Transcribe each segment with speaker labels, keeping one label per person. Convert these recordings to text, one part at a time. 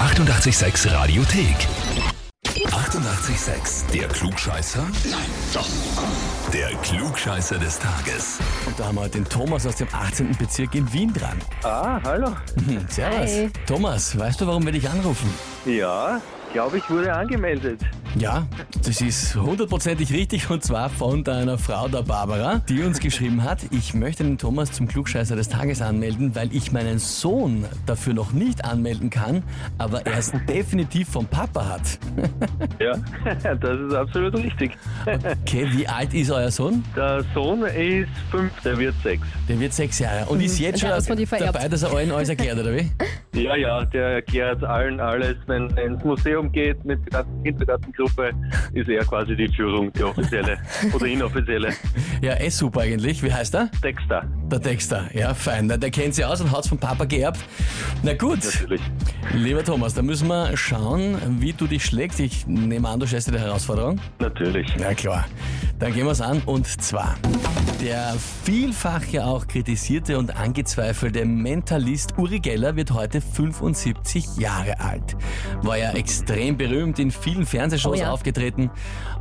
Speaker 1: 886 Radiothek. 88,6. Der Klugscheißer? Nein, doch. Der Klugscheißer des Tages.
Speaker 2: Und da haben wir den Thomas aus dem 18. Bezirk in Wien dran.
Speaker 3: Ah, hallo.
Speaker 2: Hm, Servus.
Speaker 4: Hi.
Speaker 2: Thomas, weißt du, warum wir dich anrufen?
Speaker 3: Ja, glaube ich, wurde angemeldet.
Speaker 2: Ja, das ist hundertprozentig richtig und zwar von deiner Frau, der Barbara, die uns geschrieben hat, ich möchte den Thomas zum Klugscheißer des Tages anmelden, weil ich meinen Sohn dafür noch nicht anmelden kann, aber er es definitiv vom Papa hat.
Speaker 3: Ja, das ist absolut richtig.
Speaker 2: Okay, wie alt ist euer Sohn?
Speaker 3: Der Sohn ist fünf, der wird sechs.
Speaker 2: Der wird sechs Jahre und ist jetzt
Speaker 4: Und Hm, der hat
Speaker 2: schon
Speaker 4: von dir vererbt.
Speaker 2: dabei, dass er allen alles erklärt, oder wie?
Speaker 3: Ja, ja, der erklärt allen alles. Wenn er ins Museum geht mit der ganzen Kindergartengruppe, ist er quasi die Führung, die offizielle oder inoffizielle.
Speaker 2: Ja, eh super eigentlich. Wie heißt er?
Speaker 3: Dexter,
Speaker 2: Der Dexter. Ja, fein. Na, Der kennt sie aus und hat's vom Papa geerbt. Na gut.
Speaker 3: natürlich.
Speaker 2: Lieber Thomas, da müssen wir schauen, wie du dich schlägst. Ich nehme an, du stellst dir die Herausforderung.
Speaker 3: Natürlich.
Speaker 2: Na klar. Dann gehen wir es an und zwar. Der vielfach ja auch kritisierte und angezweifelte Mentalist Uri Geller wird heute 75 Jahre alt. War ja extrem berühmt, in vielen Fernsehshows
Speaker 4: Oh ja.
Speaker 2: aufgetreten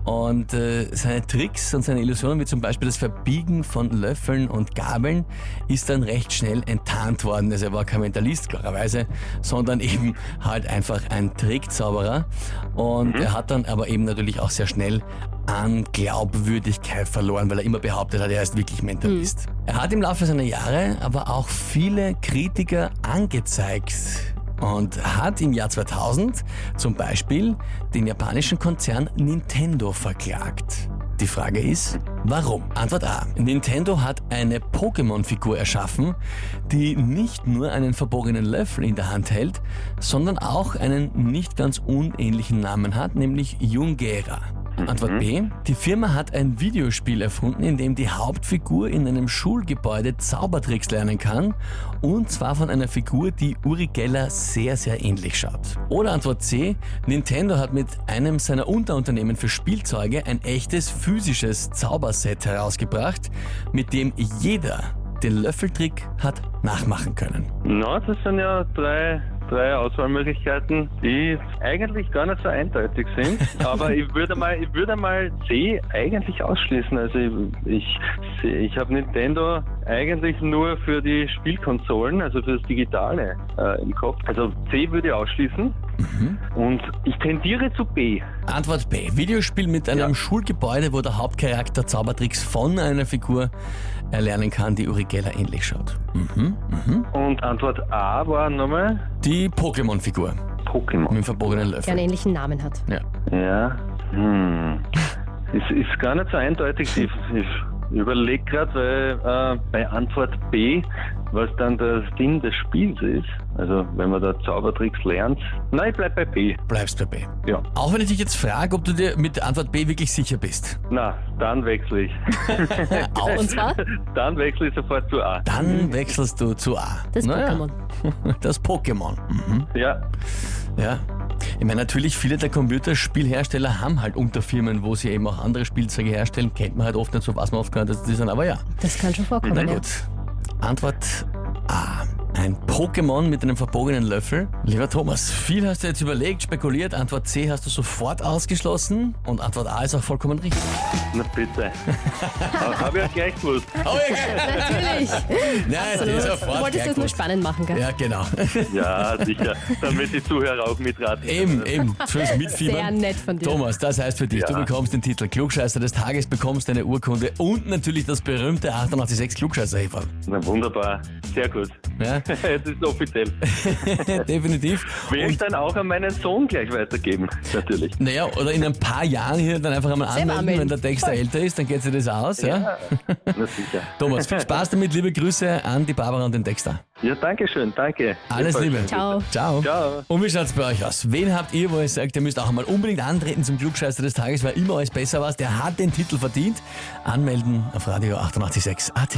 Speaker 2: und äh, seine Tricks und seine Illusionen, wie zum Beispiel das Verbiegen von Löffeln und Gabeln, ist dann recht schnell enttarnt worden. Also er war kein Mentalist, klarerweise, sondern eben halt einfach ein Trickzauberer. Und er hat dann aber eben natürlich auch sehr schnell an Glaubwürdigkeit verloren, weil er immer behauptet hat, er ist wirklich Mentalist.
Speaker 4: Mhm.
Speaker 2: Er hat im Laufe seiner Jahre aber auch viele Kritiker angezeigt und hat im Jahr 2000 zum Beispiel den japanischen Konzern Nintendo verklagt. Die Frage ist, warum? Antwort A. Nintendo hat eine Pokémon-Figur erschaffen, die nicht nur einen verborgenen Löffel in der Hand hält, sondern auch einen nicht ganz unähnlichen Namen hat, nämlich Jungera. Antwort B. Die Firma hat ein Videospiel erfunden, in dem die Hauptfigur in einem Schulgebäude Zaubertricks lernen kann. Und zwar von einer Figur, die Uri Geller sehr, sehr ähnlich schaut. Oder Antwort C. Nintendo hat mit einem seiner Unterunternehmen für Spielzeuge ein echtes physisches Zauberset herausgebracht, mit dem jeder den Löffeltrick hat nachmachen können.
Speaker 3: Na, das sind ja drei, drei Auswahlmöglichkeiten, die eigentlich gar nicht so eindeutig sind. Aber ich würde mal, ich würde mal C eigentlich ausschließen. Also ich, ich, ich habe Nintendo eigentlich nur für die Spielkonsolen, also für das Digitale äh, im Kopf. Also C würde ich ausschließen. Und ich tendiere zu B.
Speaker 2: Antwort B. Videospiel mit einem
Speaker 3: Ja.
Speaker 2: Schulgebäude, wo der Hauptcharakter Zaubertricks von einer Figur erlernen kann, die Uri Geller ähnlich schaut. Mhm, mhm.
Speaker 3: Und Antwort A war nochmal
Speaker 2: Die Pokémon-Figur
Speaker 3: Pokémon.
Speaker 2: mit dem verbogenen
Speaker 4: Der einen
Speaker 2: Löffel.
Speaker 4: ähnlichen Namen hat.
Speaker 2: Ja.
Speaker 3: Ja. Hm. Ist, ist gar nicht so eindeutig. Ich, ich überlege gerade, weil äh, bei Antwort B, was dann das Ding des Spiels ist, also wenn man da Zaubertricks lernt, nein, ich bleib bei B.
Speaker 2: Bleibst bei B.
Speaker 3: Ja.
Speaker 2: Auch wenn ich dich jetzt frage, ob du dir mit der Antwort B wirklich sicher bist.
Speaker 3: Na, dann wechsle ich.
Speaker 2: Auch,
Speaker 4: Und zwar
Speaker 3: Dann wechsle ich sofort zu A.
Speaker 2: dann wechselst du zu A.
Speaker 4: Mhm. das
Speaker 2: Naja,
Speaker 4: Pokémon.
Speaker 2: Das Pokémon. Mhm.
Speaker 3: Ja,
Speaker 2: Ja. Ich meine, natürlich, viele der Computerspielhersteller haben halt Unterfirmen, wo sie eben auch andere Spielzeuge herstellen. Kennt man halt oft nicht so, was man oft gehört, dass die sind, aber ja.
Speaker 4: Das kann schon vorkommen.
Speaker 2: Na
Speaker 4: ja.
Speaker 2: gut. Antwort A. Ein Pokémon mit einem verbogenen Löffel. Lieber Thomas, viel hast du jetzt überlegt, spekuliert. Antwort C hast du sofort ausgeschlossen. Und Antwort A ist auch vollkommen richtig.
Speaker 3: na bitte. Habe ich ja gleich gewusst.
Speaker 2: Oh, ja,
Speaker 4: Natürlich.
Speaker 2: Nein, die ist
Speaker 4: Du
Speaker 2: sofort
Speaker 4: wolltest das
Speaker 2: gleich
Speaker 4: nur
Speaker 2: gut.
Speaker 4: spannend machen, gell?
Speaker 2: Ja, genau.
Speaker 3: Ja, sicher. Damit die Zuhörer auch mitraten.
Speaker 2: Eben, eben. Fürs Mitfiebern.
Speaker 4: Sehr nett von dir.
Speaker 2: Thomas, das heißt für dich,
Speaker 3: Ja.
Speaker 2: du bekommst den Titel Klugscheißer des Tages, bekommst deine Urkunde und natürlich das berühmte 886 klugscheißer -Häferl.
Speaker 3: Na wunderbar. Sehr gut.
Speaker 2: Ja,
Speaker 3: Jetzt ist offiziell.
Speaker 2: definitiv.
Speaker 3: Will ich dann auch an meinen Sohn gleich weitergeben, natürlich.
Speaker 2: Naja, oder in ein paar Jahren hier dann einfach einmal
Speaker 4: Selber
Speaker 2: anmelden,
Speaker 4: anmelden.
Speaker 2: wenn der Text älter ist, dann geht sich das aus. Ja?
Speaker 3: Na sicher.
Speaker 2: Thomas, viel Spaß damit, liebe Grüße an die Barbara und den Texter.
Speaker 3: Ja, danke schön, danke.
Speaker 2: Alles Liebe.
Speaker 4: Ciao.
Speaker 2: Ciao.
Speaker 3: Ciao.
Speaker 2: Und wie schaut's bei euch aus? Wen habt ihr, wo ihr sagt, ihr müsst auch einmal unbedingt antreten zum Klugscheißer des Tages, weil immer alles besser war, der hat den Titel verdient? Anmelden auf Radio 886 AT.